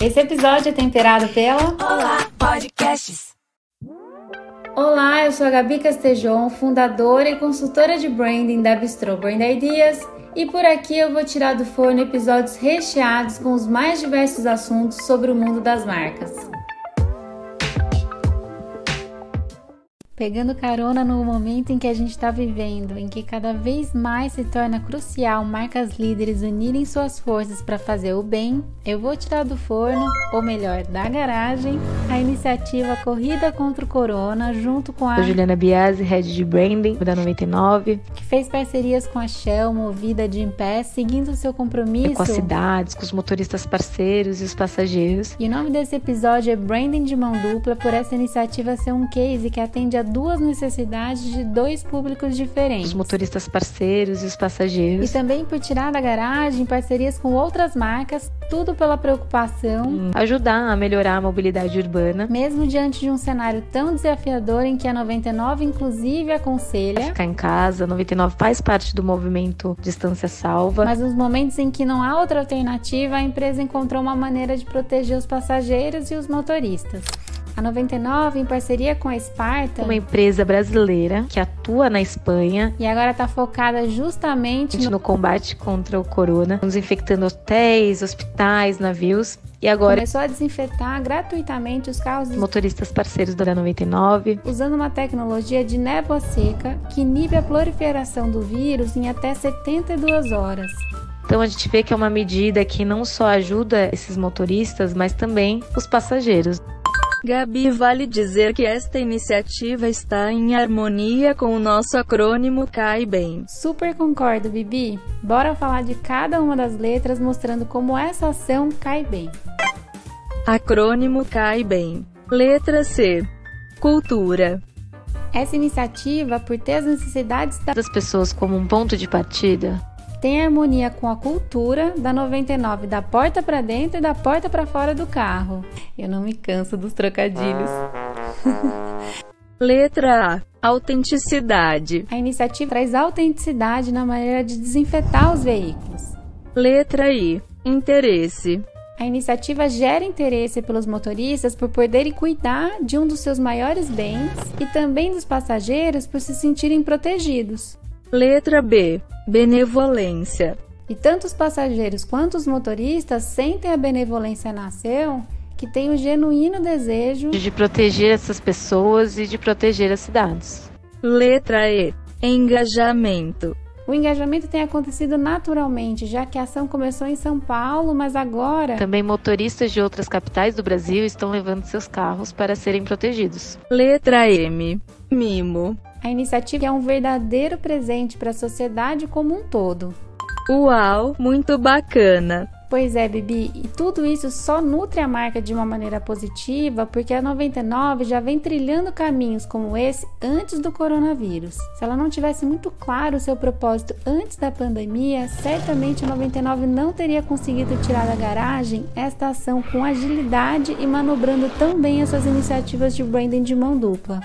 Esse episódio é temperado pela Olá, podcasts. Olá, eu sou a Gabi Castejon, fundadora e consultora de branding da Bistro Brand Ideas, e por aqui eu vou tirar do forno episódios recheados com os mais diversos assuntos sobre o mundo das marcas. Pegando carona no momento em que a gente está vivendo, em que cada vez mais se torna crucial marcas líderes unirem suas forças para fazer o bem, eu vou tirar do forno, ou melhor, da garagem, a iniciativa Corrida contra o Corona, junto com a Sou Juliana Biasi, head de branding da 99, que fez parcerias com a Shell, Movida de Impé, seguindo seu compromisso. É com as cidades, com os motoristas parceiros e os passageiros. E o nome desse episódio é Branding de Mão Dupla, por essa iniciativa ser um case que atende a duas necessidades de dois públicos É diferentes. Os motoristas parceiros e os E passageiros. também por tirar da garagem parcerias com outras marcas, tudo pela Uhum. preocupação, Ajudar a melhorar a mobilidade urbana, mesmo diante de um cenário tão desafiador em que a 99 inclusive aconselha, ficar em casa. 99 faz parte do movimento Distância Salva. mas nos momentos em que não há outra alternativa, a empresa encontrou uma maneira de proteger os passageiros e os motoristas. A 99, em parceria com a Sparta, Uma empresa brasileira que atua na Espanha e agora está focada justamente no no combate contra o corona, desinfectando hotéis, hospitais, navios. E agora, Começou a desinfetar gratuitamente os carros dos- motoristas parceiros da 99 usando uma tecnologia de névoa seca que inibe a proliferação do vírus em até 72 horas. Então a gente vê que é uma medida que não só ajuda esses motoristas, mas também os passageiros. Gabi, vale dizer que esta iniciativa está em harmonia com o nosso acrônimo Cai Bem. Super concordo, Bibi. Bora falar de cada uma das letras mostrando como essa ação cai bem. Acrônimo Cai Bem. Letra C. Cultura. Essa iniciativa, por ter as necessidades da Das pessoas como um ponto de partida, tem harmonia com a cultura da 99, da porta pra dentro e da porta pra fora do carro. Eu não me canso dos trocadilhos. Letra A. Autenticidade. A iniciativa traz autenticidade na maneira de desinfetar os veículos. Letra I. Interesse. A iniciativa gera interesse pelos motoristas por poderem cuidar de um dos seus maiores bens e também dos passageiros por se sentirem protegidos. Letra B. Benevolência. E tanto os passageiros quanto os motoristas sentem a benevolência na ação que tem o genuíno desejo de proteger essas pessoas e de proteger as cidades. Letra E. Engajamento. O engajamento tem acontecido naturalmente, já que a ação começou em São Paulo, mas agora Também motoristas de outras capitais do Brasil estão levando seus carros para serem protegidos. Letra M. Mimo. a iniciativa é um verdadeiro presente para a sociedade como um todo. Uau, muito bacana. Pois é, Bibi, e tudo isso só nutre a marca de uma maneira positiva porque a 99 já vem trilhando caminhos como esse antes do coronavírus. Se ela não tivesse muito claro o seu propósito antes da pandemia, certamente a 99 não teria conseguido tirar da garagem esta ação com agilidade e manobrando tão bem as suas iniciativas de branding de mão dupla.